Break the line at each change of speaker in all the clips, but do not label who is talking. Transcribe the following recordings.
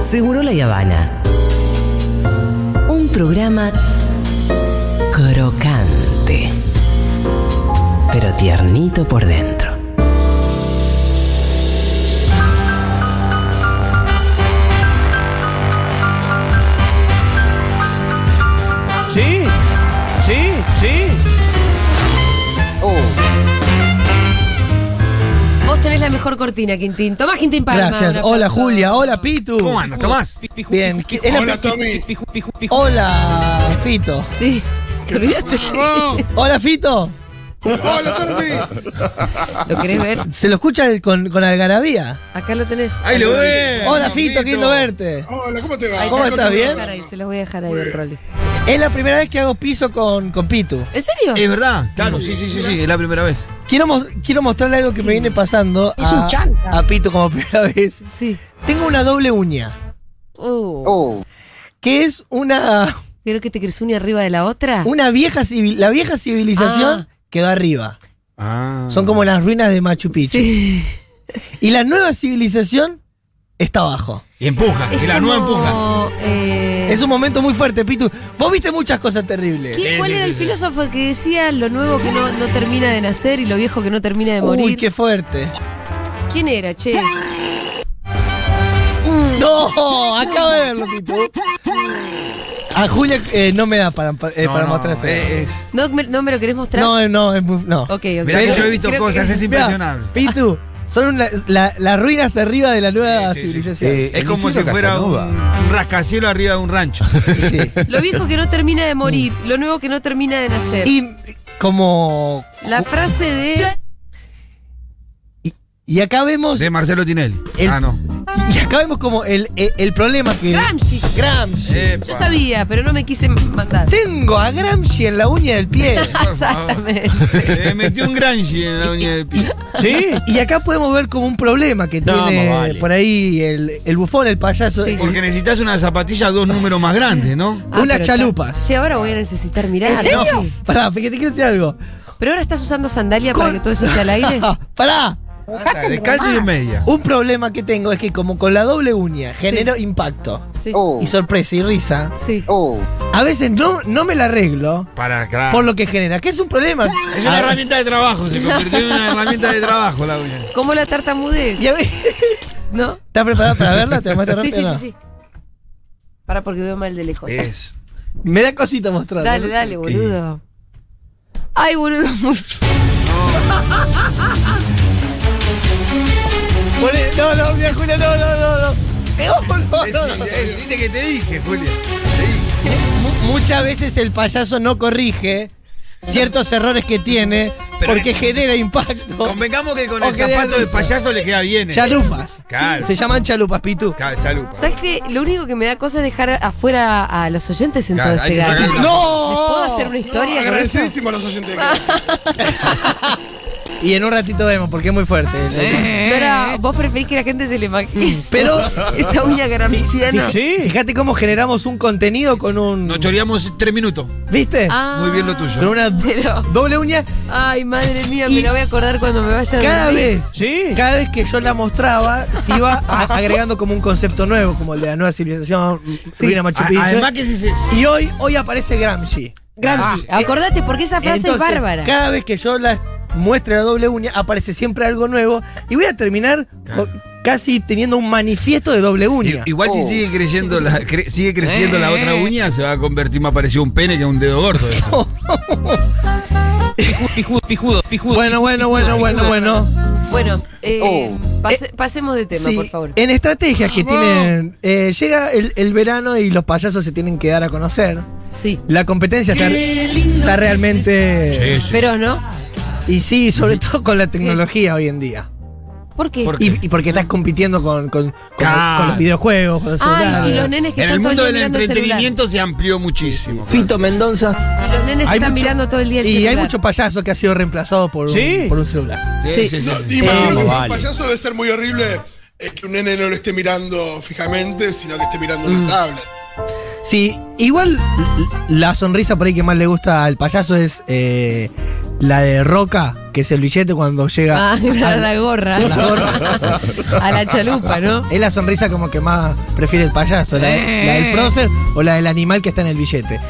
Seguro la Habana. Un programa crocante, pero tiernito por dentro.
Sí, sí, sí.
Vos tenés la mejor cortina, Quintín. Tomás Quintín Palma.
Gracias.
un aplauso.
Hola Julia, hola Pitu.
¿Cómo andas, Tomás?
Bien. ¿qué- es la
Hola,
pri-
Tommy.
Hola Fito.
Sí. ¿Te olvidaste?
Hola Fito.
¡Hola, Tommy!
¿Lo querés ver?
Se lo escucha el- con, con algarabía.
Acá lo tenés.
¡Ahí lo ves!
Hola Fito, qué lindo verte.
Hola, ¿cómo te va?
Ahí
¿Cómo
está, se los
estás,
voy a
bien?
dejar ahí, Se los voy a dejar ahí el rol.
Es la primera vez que hago piso con, con Pitu.
¿En serio?
¿Es verdad? Claro, sí, sí, sí, sí, es la primera vez.
Quiero, mos- quiero mostrarle algo que me viene pasando
Es un
a,
chanta.
a Pitu como primera vez.
Sí.
Tengo una doble uña,
Uh.
que es una,
¿Vieron que te creció una arriba de la otra?
una vieja civil, la vieja civilización quedó arriba.
Ah.
Son como las ruinas de Machu Picchu.
Sí.
Y la nueva civilización está abajo.
Y empuja, y la
como,
nueva empuja.
eh,
Es un momento muy fuerte, Pitu. Vos viste muchas cosas terribles.
¿quién-
Sí,
¿Cuál
sí,
era
sí,
el
sí.
filósofo que decía lo nuevo que no, no termina de nacer y lo viejo que no termina de morir?
Uy, qué fuerte.
¿Quién era, che?
No, acabo de verlo, Pitu. A Julia eh, no me da para, eh,
No,
para
no,
mostrarse.
es- es-
¿No me, no me lo querés mostrar?
No, no, es muy- no.
Ok, ok.
Mirá que yo he visto
Creo que-
cosas, es
Mirá,
impresionable.
Pitu, son una- la- las ruinas arriba de la nueva
Sí, Eh, sí, sí.
civilización.
es como si fuera un, un rascacielos arriba de un rancho.
Sí.
Lo viejo que no termina de morir, lo nuevo que no termina de
eh.
nacer.
Y como.
La frase de.
Y acá vemos.
De Marcelo Tinelli.
El-
Ah, no.
Y acá vemos como el, el- el problema que.
Gramsci.
Gramsci.
Epa.
Yo sabía, pero no me quise mandar.
Tengo a Gramsci en la uña del pie.
Exactamente.
Le Eh, metió un Granchi en la uña del pie.
Sí.
Y acá podemos ver como un problema que
No,
tiene
más vale.
por ahí el, el bufón, el payaso. Eh,
Sí.
Porque necesitas una zapatilla dos números más grandes, ¿no?
Ah,
Unas
pero
chalupas.
está- Che, ahora voy a necesitar mirar.
No, pará, porque te quiero decir algo.
Pero ahora estás usando sandalia para
Con-
que todo eso esté al aire.
pará.
Hasta De calle y media.
Un problema que tengo es que como con la doble uña genero impacto
Sí.
y sorpresa y risa,
Sí.
a veces no, no me la arreglo
Para, claro.
por lo que genera, que es un problema. Ah.
Es una herramienta de trabajo, se convirtió en una herramienta de trabajo la uña.
Como la tartamudez,
Y a veces-
¿no?
¿Estás preparada para verla? ¿Te la muestro
Sí, sí,
rápido?
sí, sí. Para porque veo mal de lejos.
Es.
Me da cosita mostrar.
Dale, dale, boludo. Ay, boludo, muy-
No, no, mira, Julia, no, no, no, no. Eh, oh, no,
Es-
no, no.
es- Viste que te dije, Julia. Te dije.
eh. Mu- Muchas veces el payaso no corrige ciertos errores que tiene
Pero
porque
es-
genera impacto.
Convengamos que con
Oh. O
el
que dé
zapato de
risa.
payaso le queda bien. eh.
Chalupas.
Claro.
Se llaman chalupas, Pitu.
Ca- Chalupa.
¿Sabes qué? Lo único que me da cosa es dejar afuera a los oyentes en
Claro,
todo
hay
este
que
gato.
sacar una-
¿Puedo
¡No!
hacer una historia? con eso?
Agradecidísimo a los oyentes.
Y en un ratito vemos porque es muy fuerte.
No era- vos preferís que la gente se le imagine
Pero
esa uña gramsciana.
Sí.
fíjate cómo generamos un contenido con un.
Nos choreamos tres minutos.
¿Viste?
Ah,
Muy bien lo
Con
tuyo.
una
Pero,
doble uña.
ay, madre mía,
Y-
me la voy a acordar cuando me vaya a
Cada
dormir.
vez,
Sí.
cada vez que yo la mostraba, se iba a- agregando como un concepto nuevo, como el de la nueva civilización, ruina Machu
A-
Picchu.
Además que si se.
Y hoy, hoy aparece Gramsci.
Gramsci,
Ah,
acordate porque esa frase
Entonces,
es bárbara.
Cada vez que yo las muestre la doble uña, aparece siempre algo nuevo. Y voy a terminar con- casi teniendo un manifiesto de doble uña.
i- Igual
Oh.
si sigue creyendo la, cre- sigue creciendo la otra
Eh.
uña, se va a convertir más parecido a un pene que a un dedo gordo.
Oh.
eso.
Pijudo, pijudo, pijudo.
bueno, bueno, bueno, bueno, bueno. Oh,
Bueno, eh, pase- pasemos de tema,
Sí,
por favor. Ah.
En estrategias que tienen. eh, llega el, el verano y los payasos se tienen que dar a conocer.
sí.
La competencia está, está realmente.
Sí, sí.
Pero no.
Y sí, sobre todo con la tecnología hoy en día.
¿Por qué?
Por-
Y, y porque estás compitiendo con, con- con-
Claro.
con los videojuegos, con los
Ay,
celulares.
y los nenes que
En el
están
mundo
todo el
del
día mirando el celular.
entretenimiento se amplió muchísimo.
Fito Mendoza.
Y los nenes
Hay
están
mucho-
mirando todo el día el
y
celular.
hay mucho payaso que ha sido reemplazado por, un-
Sí.
por un celular.
Sí, sí, sí,
No,
sí.
imagino
No,
que para un
vale.
payaso debe ser muy horrible eh, que un nene no lo esté mirando fijamente, sino que esté mirando una tablet.
Sí, igual l- la sonrisa por ahí que más le gusta al payaso es eh, la de Roca, que es el billete cuando llega.
Ah, a la gorra.
La gorra.
a la chalupa, ¿no?
Es la sonrisa como que más prefiere el payaso, la, de- la del prócer o la del animal que está en el billete.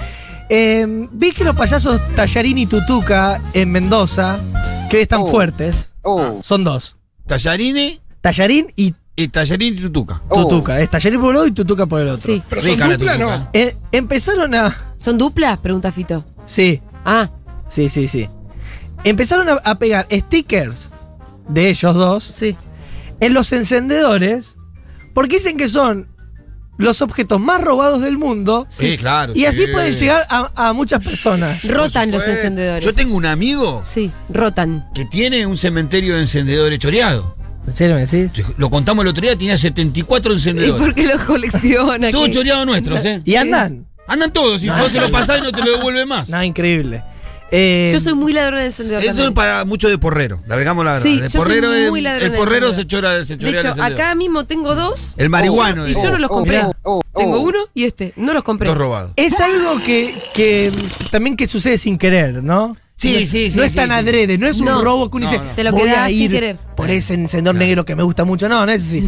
Eh, vi que los payasos Tallarín y Tutuca en Mendoza, que hoy están fuertes, son dos.
Tallarine
Tallarín y
y Tallarín y Tutuca.
Tutuca. Es Tallarín por un lado y Tutuca por el otro.
Sí.
Pero son
Rica la
dupla,
tutuca.
¿no?
Eh, empezaron a...
¿Son duplas? Pregunta Fito.
Sí,
Ah,
sí, sí, sí. Empezaron a, a pegar stickers de ellos dos
sí.
en los encendedores porque dicen que son los objetos más robados del mundo
Sí, claro.
y así
sí.
pueden llegar a, a muchas personas.
Rotan
Por
los
supuesto.
encendedores.
Yo tengo un amigo
Sí, rotan.
que tiene un cementerio de encendedores choreado.
¿En serio me decís?
Lo contamos el otro día, tenía 74
¿Y
encendedores.
por qué los colecciona?
Todos
¿Qué?
choreados nuestros, ¿eh?
¿Y andan?
Andan todos, y vos te lo pasás y no te lo devuelve más.
Nada, increíble. Eh,
Yo soy muy ladrona de encendedores.
Eso es para mucho de porrero, la vengamos la verdad.
Sí,
de
yo soy
porrero
muy
es-
ladrona
el
de
porrero se
encendedores.
chora, se
De
chorea el
hecho,
encendedor.
acá mismo tengo dos.
El marihuano,
Y
digo.
yo no los compré.
mirá.
Tengo uno y este. No los compré.
Dos robados.
es algo que, que también que sucede sin querer, ¿no?
Sí,
No-
sí, sí,
No es
sí,
tan
sí.
adrede, no es un
No.
robo que uno
No,
dice,
no.
Te lo
voy
quedás
a
sin
ir
querer.
por ese encendedor negro que me gusta mucho. No, no es así.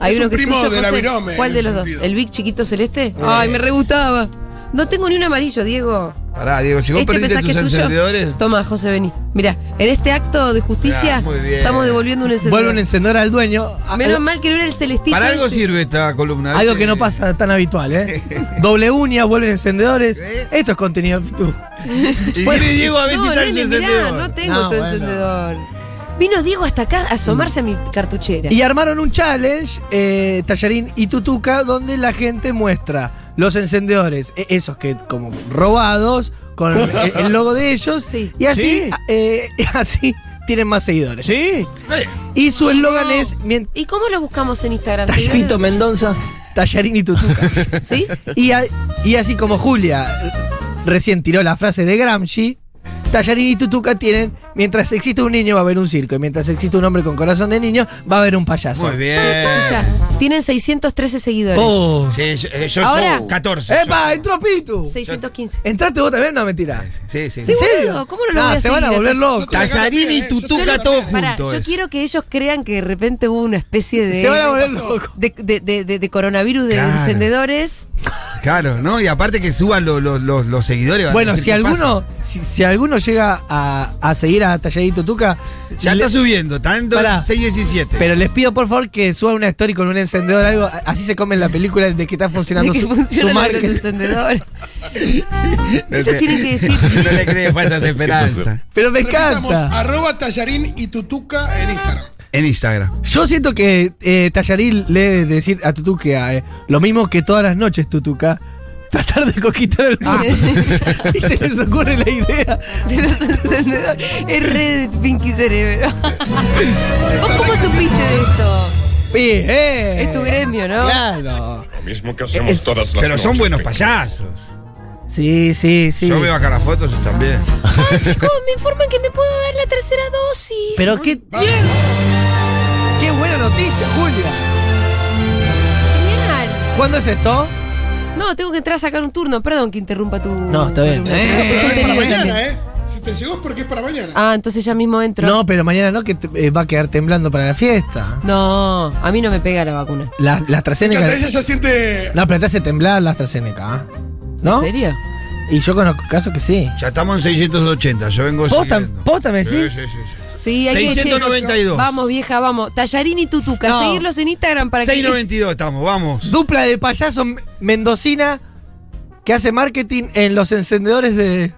Hay
Es
uno
un
que es
primo
tuyo,
del
José.
Abinome,
¿Cuál
en
de
ese
los dos?
sentido.
¿El Big chiquito
Eh.
celeste? Ay, me re gustaba. No tengo ni un amarillo, Diego.
Pará, Diego, si vos
este
perdiste
pensás que
tus
es tuyo.
encendedores.
Toma, José, vení. Mira, en este acto de justicia
Ah, muy bien.
estamos devolviendo un encendedor.
Vuelve un encendedor al dueño. a-
Menos mal que no era el celestito.
Para algo
ese.
sirve esta columna.
Algo
¿viste?
que no pasa tan habitual, ¿eh? Doble uña, vuelven encendedores.
¿Eh?
Esto es contenido. Pitu.
Y viene Diego a
No,
visitar su
nene, mirá,
encendedor.
no tengo
No,
tu
bueno.
encendedor. Vino Diego hasta acá a asomarse a mi cartuchera.
Y armaron un challenge, eh, Tallarín y Tutuca, donde la gente muestra los encendedores, e- esos que como robados, con el, el logo de ellos.
Sí.
Y así,
Sí.
eh, así tienen más seguidores.
Sí.
Eh,
Y su eslogan es mien-
¿Y cómo lo buscamos en Instagram?
Fito Mendoza, Tallarín y Tutuca.
¿Sí?
y, a- y así como Julia eh, recién tiró la frase de Gramsci. Tallarín y Tutuca tienen, mientras existe un niño va a haber un circo, y mientras existe un hombre con corazón de niño va a haber un payaso.
Muy bien.
Escucha, tienen 613 seguidores.
Oh.
Sí, yo, eh, yo
Ahora-
soy 14. yo
¡Epa!
soy.
¡Entró Pitu!
615.
¿Entraste vos también? No, mentira.
Sí, sí.
Sí,
sí.
boludo, ¿cómo no lo
Nah,
voy a
se van a
seguir?
volver locos.
Tallarín y
Yo
Tutuca
lo-
todos
pará,
juntos.
Yo quiero que ellos crean que de repente hubo una especie de.
Se van a volver locos.
de, de- de- de- de coronavirus de
Claro.
encendedores.
Claro, ¿no? Y aparte que suban los, los, los, los seguidores. van a
Bueno,
decir
si
qué pasa.
alguno, si, si alguno llega a, a seguir a Talladito Tuca,
Ya
le-
está subiendo, tanto
Pará.
617.
pero les pido por favor que suba una story con un encendedor algo, a- así se comen la película de que está
De
funcionando
que
su,
funcionan
su
los
marketing.
encendedores.
Este-
tienen que decir-
No le crees falsas esperanzas.
Pero me
Repitamos,
encanta.
arroba tallarín y tutuca en Instagram.
En Instagram.
Yo siento que eh, Tallarín le debe decir a Tutuca eh, lo mismo que todas las noches, Tutuca. Tratar de conquistar el
Ah.
mundo. y se les ocurre la idea.
De los encendedores. Es red Pinky Cerebro. ¿Vos cómo supiste de esto?
Bien.
Es tu gremio, ¿no?
Claro.
Lo mismo que hacemos
Es-
todas las
Pero son
noches,
buenos
Peque.
payasos.
Sí, sí, sí.
Yo veo acá las fotos y también.
Ay, chicos, me informan que me puedo dar la tercera dosis.
Pero qué bien. Qué buena noticia, Julia.
Genial.
¿Cuándo es esto?
No, tengo que entrar a sacar un turno. Perdón que interrumpa tu.
No, está bien.
columna. Tengo
Eh,
Pero es para
contenido
mañana,
también.
¿eh? Si te llegó es porque es para mañana.
Ah, entonces ya mismo entro.
No, pero mañana no, que te- eh, va a quedar temblando para la fiesta.
No, a mí no me pega la vacuna.
La, la
Escuchate,
AstraZeneca.
ella ya siente.
No, pero te hace temblar la AstraZeneca. ¿ah? ¿No?
¿En serio?
Y yo conozco casos que sí.
Ya estamos en 680. Yo vengo
¿Posta,
siguiendo.
posta me
Sí,
decís?
sí, sí, sí.
Sí, hay que-
692.
Vamos, vieja, vamos. Tallarín y Tutuca.
No.
Seguirlos en Instagram para que.
692 estamos, vamos.
Dupla de payaso m- mendocina que hace marketing en los encendedores de.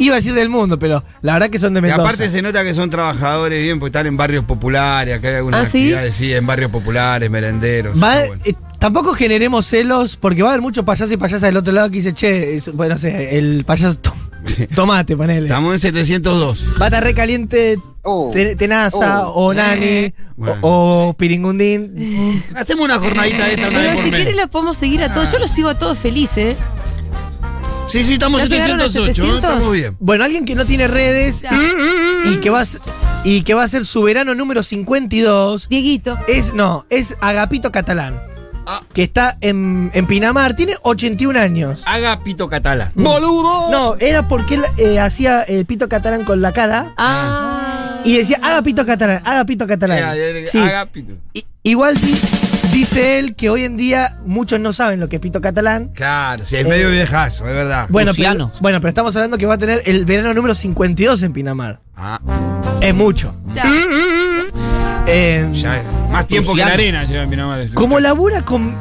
Iba a decir del mundo, pero la verdad que son de
Y
Mendoza.
aparte se nota que son trabajadores bien, porque están en barrios populares, acá hay algunas
¿Ah, sí?
actividades, sí, en barrios populares, merenderos.
Va-
está bueno.
eh, tampoco generemos celos, porque va a haber muchos payasos y payasas del otro lado que dice, che, es- bueno, no sé, el payaso to- tomate, ponele. Va
Estamos en 702.
a estar recaliente te- Tenaza, o Nani,
Eh. Bueno.
o, o Piringundín.
Hacemos una jornadita de esta una vez
Pero
por
si
mes.
quieren los podemos seguir a todos. Yo los sigo a todos felices. ¿eh?
Sí, sí, estamos
¿Ya
en
llegaron a
608, ¿no?
700?
estamos bien.
Bueno, alguien que no tiene redes y que, va a, s- y que va a ser su verano número 52
Dieguito.
es, no, es Agapito Catalán.
Ah.
que está en, en Pinamar, tiene 81 años.
Haga pito catala. Oh.
¡Boludo!
No, era porque él eh, hacía el pito catalán con la cara
Ah.
y decía, haga pito catalán, haga pito catalán.
Era- era-
Sí.
Haga pito.
I- Igual sí, dice él que hoy en día muchos no saben lo que es pito catalán.
Claro, sí, es
Eh,
medio viejazo, es verdad.
Bueno pero,
Luciano.
bueno, pero estamos hablando que va a tener el verano número 52 en Pinamar.
Ah,
Es mucho.
Ya.
Eh,
ya es. Más tiempo que la arena lleva en Pinamar. ese
como
muchacho.
labura con,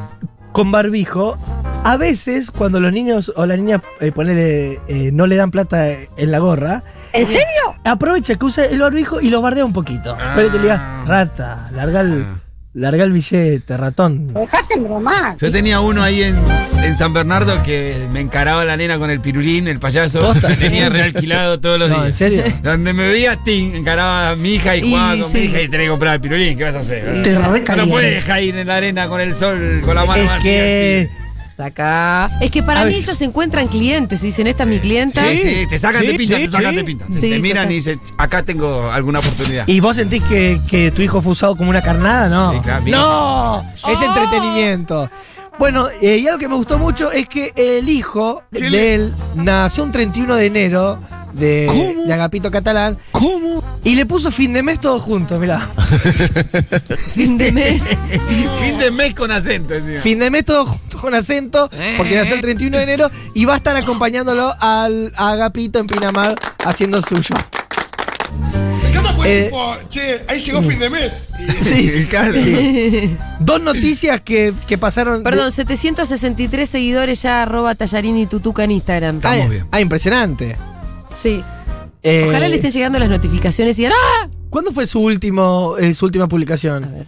con barbijo, a veces cuando los niños o las niñas eh, ponele, eh, no le dan plata eh, en la gorra, eh,
¿En serio?
aprovecha que usa el barbijo y lo bardea un poquito.
Ah.
Pero que le diga, rata, larga el,
Ah.
larga el billete, ratón.
Dejate bromar.
Yo tenía uno ahí en, en San Bernardo que me encaraba la nena con el pirulín, el payaso. tenía realquilado todos los
No, ¿en
días.
serio?
Donde me veía, Tim, encaraba a mi hija y
Y
jugaba con
sí.
mi hija y tenía que comprar el pirulín. ¿Qué vas a hacer?
Te
no lo puedes dejar ir en la arena con el sol, con la mano
Es
vacía.
que...
Acá. Es que
A
para mí
ver.
ellos se encuentran clientes y dicen, esta es mi clienta.
Sí, sí, te sacan
Sí,
de pinta,
sí,
te sacan
sí.
de pinta.
Sí,
te miran
total.
y dicen, acá tengo alguna oportunidad.
¿Y vos sentís que, que tu hijo fue usado como una carnada? No.
Sí, claro, mira.
Oh.
no, es entretenimiento. Bueno, eh, y algo que me gustó mucho es que el hijo de él nació un 31 de enero de,
¿Cómo?
de Agapito Catalán
¿Cómo?
y le puso fin de mes todos juntos, mirá.
Fin de mes.
fin de mes con acento, encima.
fin de mes todos juntos con acento porque nació el 31 de enero y va a estar acompañándolo al a Agapito en Pinamar haciendo suyo.
Me encanta pues,
Eh,
tipo, che, ahí llegó fin de mes. Y-
Sí.
Claro.
Dos noticias que, que pasaron. de-
Perdón, 763 seguidores ya arroba tallarín y tutuca en Instagram.
Ah,
Estamos bien.
ah, impresionante.
Sí.
Eh,
Ojalá le estén llegando las notificaciones y digan, ¡ah!
¿Cuándo fue su último eh, su última
A
publicación?
ver.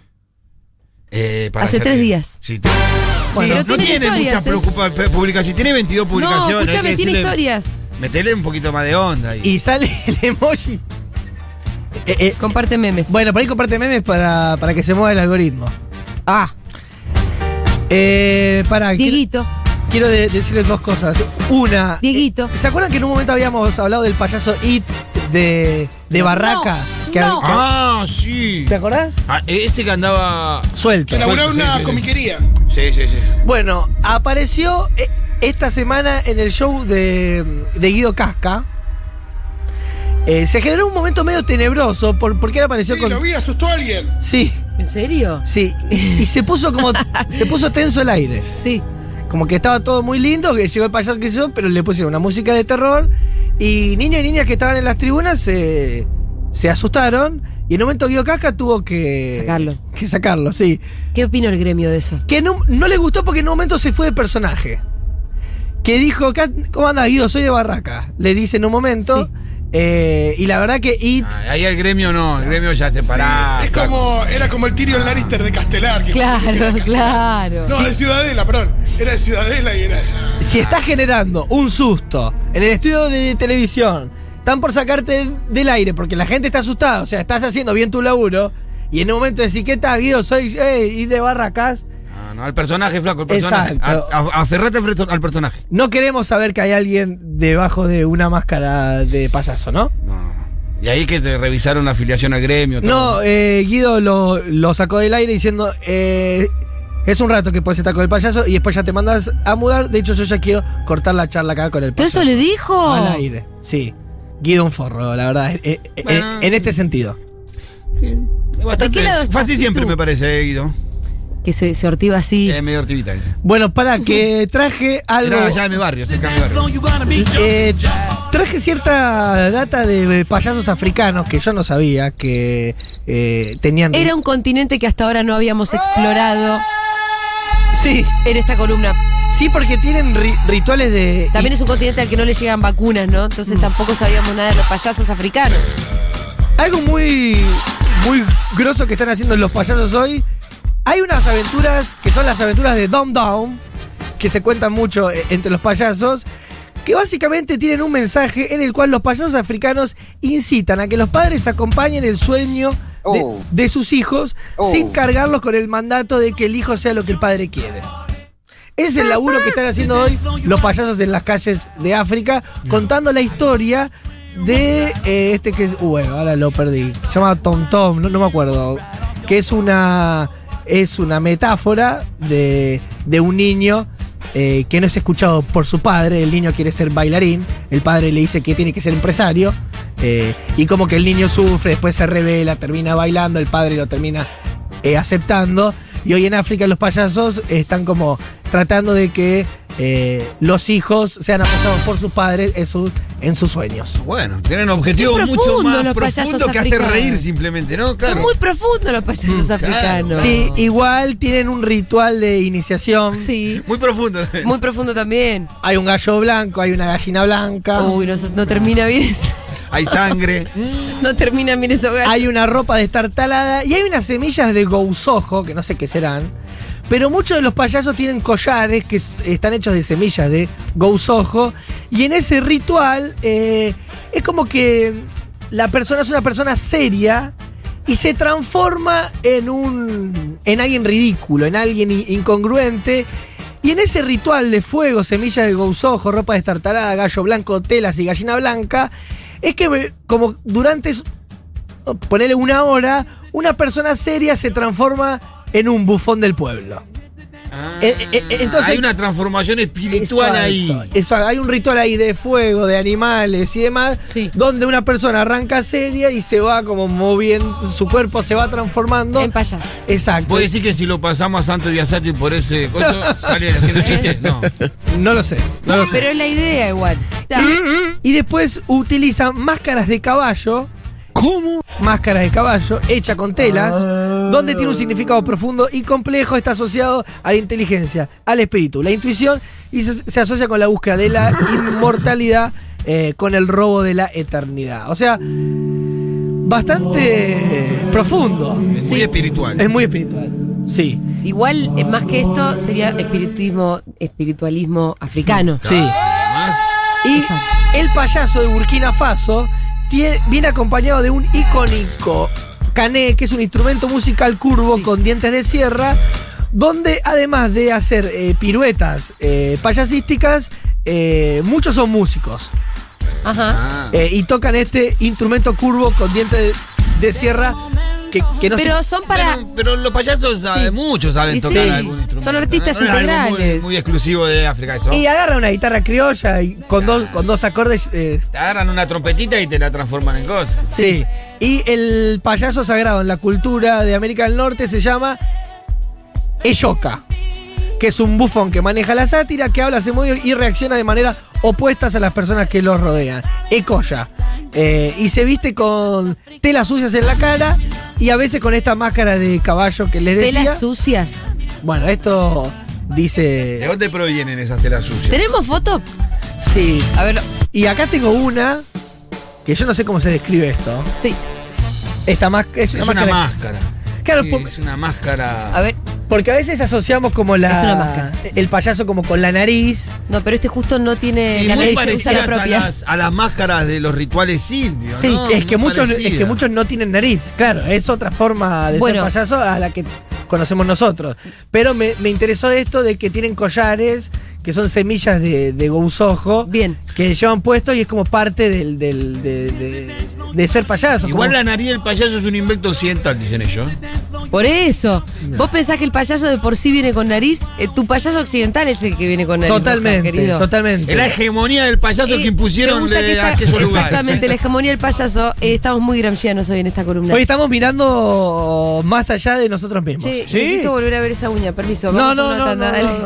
Eh, para
Hace
hacer
tres
bien.
días.
Sí, te-
Bueno,
no
tiene
tiene
historias,
muchas
¿eh?
preocupa- pe- publicaciones. Tiene 22
No,
publicaciones. hay
escúchame,
que
tiene
decirle-
historias.
Metele un poquito más de onda ahí.
Y sale el emoji. Eh, eh,
Comparte memes.
bueno, por ahí comparte memes para, para que se mueva el algoritmo.
Ah,
Eh, para, quiero,
Dieguito.
quiero de- decirles dos cosas. Una,
Dieguito.
eh, ¿se acuerdan que en un momento habíamos hablado del payaso It de, de Barraca? Que-
no.
Ah, sí.
¿Te acordás?
Ah, ese que andaba.
Suelto.
Que laburaba
sí,
una
sí.
comiquería.
Sí, sí, sí.
Bueno, apareció eh, esta semana en el show de, de Guido Casca. Eh, se generó un momento medio tenebroso por, porque él apareció
Sí,
con.
lo vi, asustó a alguien.
Sí,
¿En serio?
sí. Y se puso como. se puso tenso el aire.
Sí.
Como que estaba todo muy lindo, que llegó el payaso que yo, pero le pusieron una música de terror. Y niños y niñas que estaban en las tribunas se, se asustaron. Y en un momento Guido Casca tuvo que.
Sacarlo.
Que sacarlo, sí.
¿Qué opina el gremio de eso?
Que no, no le gustó porque en un momento se fue de personaje. Que dijo, "Ca- ¿cómo andas Guido? Soy de Barraca. Le dice en un momento.
Sí.
Eh, y la verdad que It.
Ah, ahí el gremio no, el gremio ya se pará.
es como, era como el Tyrion Lannister de Castelar. que-
Claro, claro.
No, de Ciudadela, perdón. Era de Ciudadela y era esa.
Si estás generando un susto en el estudio de televisión, están por sacarte del aire porque la gente está asustada, o sea, estás haciendo bien tu laburo y en un momento decís, ¿qué tal, Guido? Soy eh, y de Barracas.
Ah, no, al personaje, flaco, al personaje.
Exacto.
A- a- aferrate al, perso- al personaje.
No queremos saber que hay alguien debajo de una máscara de payaso, ¿no?
No, no, no. Y ahí que te revisaron la afiliación al gremio.
No, eh, Guido lo, lo sacó del aire diciendo, eh, es un rato que puedes estar con el payaso y después ya te mandas a mudar. De hecho, yo ya quiero cortar la charla acá con el
¿Todo
payaso.
eso le dijo?
Al aire, sí. Guido un forro, la verdad, eh, eh, eh,
Bueno.
en este sentido.
todo.
¿De
Bastante
qué lado estás,
fácil
si
siempre,
tú?
me parece, eh, Guido.
Que se, se ortiva así.
Es medio activita ese.
Bueno, para que traje algo...
Era allá de mi barrio, cerca de mi barrio.
eh, traje cierta data de eh, payasos africanos que yo no sabía que eh, tenían...
Era un continente que hasta ahora no habíamos explorado
Sí,
en esta columna.
sí, porque tienen ri- rituales de...
También es un continente al que no le llegan vacunas, ¿no?
Mm.
Entonces tampoco sabíamos nada de los payasos africanos.
Algo muy, muy grosso que están haciendo los payasos hoy. Hay unas aventuras que son las aventuras de Dom Down, que se cuentan mucho eh, entre los payasos, que básicamente tienen un mensaje en el cual los payasos africanos incitan a que los padres acompañen el sueño de,
Oh.
de sus hijos sin cargarlos con el mandato de que el hijo sea lo que el padre quiere. Es el laburo que están haciendo hoy los payasos en las calles de África, contando la historia de eh, este que es. Bueno, ahora lo perdí. Se llama Tom Tom, no, no me acuerdo. Que es una. es una metáfora de, de un niño eh, que no es escuchado por su padre. El niño quiere ser bailarín, el padre le dice que tiene que ser empresario. eh, y como que el niño sufre, después se revela, termina bailando, el padre lo termina eh, aceptando. Y hoy en África los payasos están como tratando de que eh, los hijos sean apoyados por sus padres en, su- en sus sueños.
Bueno, tienen objetivos
Muy
mucho
profundo
más
los
profundos
payasos
que hacer
africanos.
reír simplemente, ¿no? Claro.
Son muy profundos los payasos africanos.
Mm, Sí, igual tienen un ritual de iniciación.
Sí.
Muy profundo.
Muy profundo también.
Hay un gallo blanco, hay una gallina blanca.
Uy, no, no termina bien eso.
Hay sangre.
No termina bien eso, gallo.
Hay una ropa de estar talada y hay unas semillas de gousojo, que no sé qué serán. Pero muchos de los payasos tienen collares que s- están hechos de semillas de gousojo. Y en ese ritual eh, es como que la persona es una persona seria y se transforma en un. en alguien ridículo, en alguien i- incongruente. Y en ese ritual de fuego, semillas de gousojo, ropa destartalada, gallo blanco, telas y gallina blanca, es que eh, como durante es- ponele una hora, una persona seria se transforma en un bufón del pueblo. Eh, eh, eh, entonces-
Ah, hay una transformación espiritual ahí.
Exacto. Eso, hay un ritual ahí de fuego, de animales y demás,
Sí.
donde una persona arranca seria y se va como moviendo, su cuerpo se va transformando.
En payaso.
Exacto.
¿Vos decís que si lo pasamos a Santo Biasati por ese coso, sale haciendo chistes? No.
No lo sé, no lo sé.
Pero es la idea igual.
Y después utilizan máscaras de caballo. ¿Cómo? Máscaras de caballo, hecha con telas, donde tiene un significado profundo y complejo, está asociado a la inteligencia, al espíritu, la intuición, y se, se asocia con la búsqueda de la inmortalidad, eh, con el robo de la eternidad. O sea, bastante profundo.
Es muy espiritual.
Es muy espiritual. Sí.
Igual, eh, más que esto, sería espiritismo, espiritualismo africano.
Sí.
Más.
Y
Exacto.
el payaso de Burkina Faso tiene- viene acompañado de un icónico cané, que es un instrumento musical curvo
Sí.
con dientes de sierra, donde además de hacer eh, piruetas eh, payasísticas, eh, muchos son músicos
Ajá.
Ah.
eh, y tocan este instrumento curvo con dientes de, de sierra que, que no se-
Pero son para.
Pero, pero los payasos saben,
Sí.
muchos
Y
saben tocar
sí,
algún instrumento.
son artistas
¿no? No es algo muy-
integrales.
Muy, exclusivo de África eso.
Y agarra una guitarra criolla y con, dos, con dos acordes eh,
Te agarran una trompetita y te la transforman en cosas.
Sí. Y el payaso sagrado en la cultura de América del Norte se llama Eyoka, que es un bufón que maneja la sátira, que habla, se mueve y reacciona de maneras opuestas a las personas que los rodean. Ecoya. Eh, y se viste con telas sucias en la cara y a veces con esta máscara de caballo que les decía.
Telas sucias.
Bueno, esto
¿De
dice...
dónde provienen esas telas sucias?
¿Tenemos fotos?
Sí.
A ver,
Y acá tengo una que yo no sé cómo se describe esto.
sí.
Esta más es
Es
una
una
máscara.
máscara.
Claro,
Sí,
por-
es una máscara.
A ver.
Porque a veces asociamos como la.
Es una máscara.
El payaso como con la nariz.
No, pero este justo no tiene
Sí,
la
muy
nariz que usa la
parecidas a
propia.
las, a las máscaras de los rituales indios.
Sí,
¿no?
es, que
Muy
muchos, es que
parecidas.
muchos no tienen nariz. Claro, es otra forma de
Bueno.
ser payaso a la que conocemos nosotros. Pero me, me interesó esto de que tienen collares que son semillas de, de gousojo.
Bien.
Que llevan puesto y es como parte del, del- de, de- de ser payaso.
Igual
como-
la nariz del payaso es un invento occidental, dicen ellos.
Por eso. ¿Vos pensás que el payaso de por sí viene con nariz? Eh, tu payaso occidental es el que viene con nariz.
Totalmente,
Moja, querido.
totalmente.
Es la hegemonía del payaso que
Eh, me
impusieron
gusta
de
que esta-
aquellos lugares.
Exactamente, la hegemonía del payaso. Eh, estamos muy gramscianos hoy en esta columna.
Hoy estamos mirando más allá de nosotros mismos.
Che,
¿Sí?
necesito volver a ver esa uña, permiso.
No,
vamos a
no,
una
no,
tanda,
no,
dale.
no, no.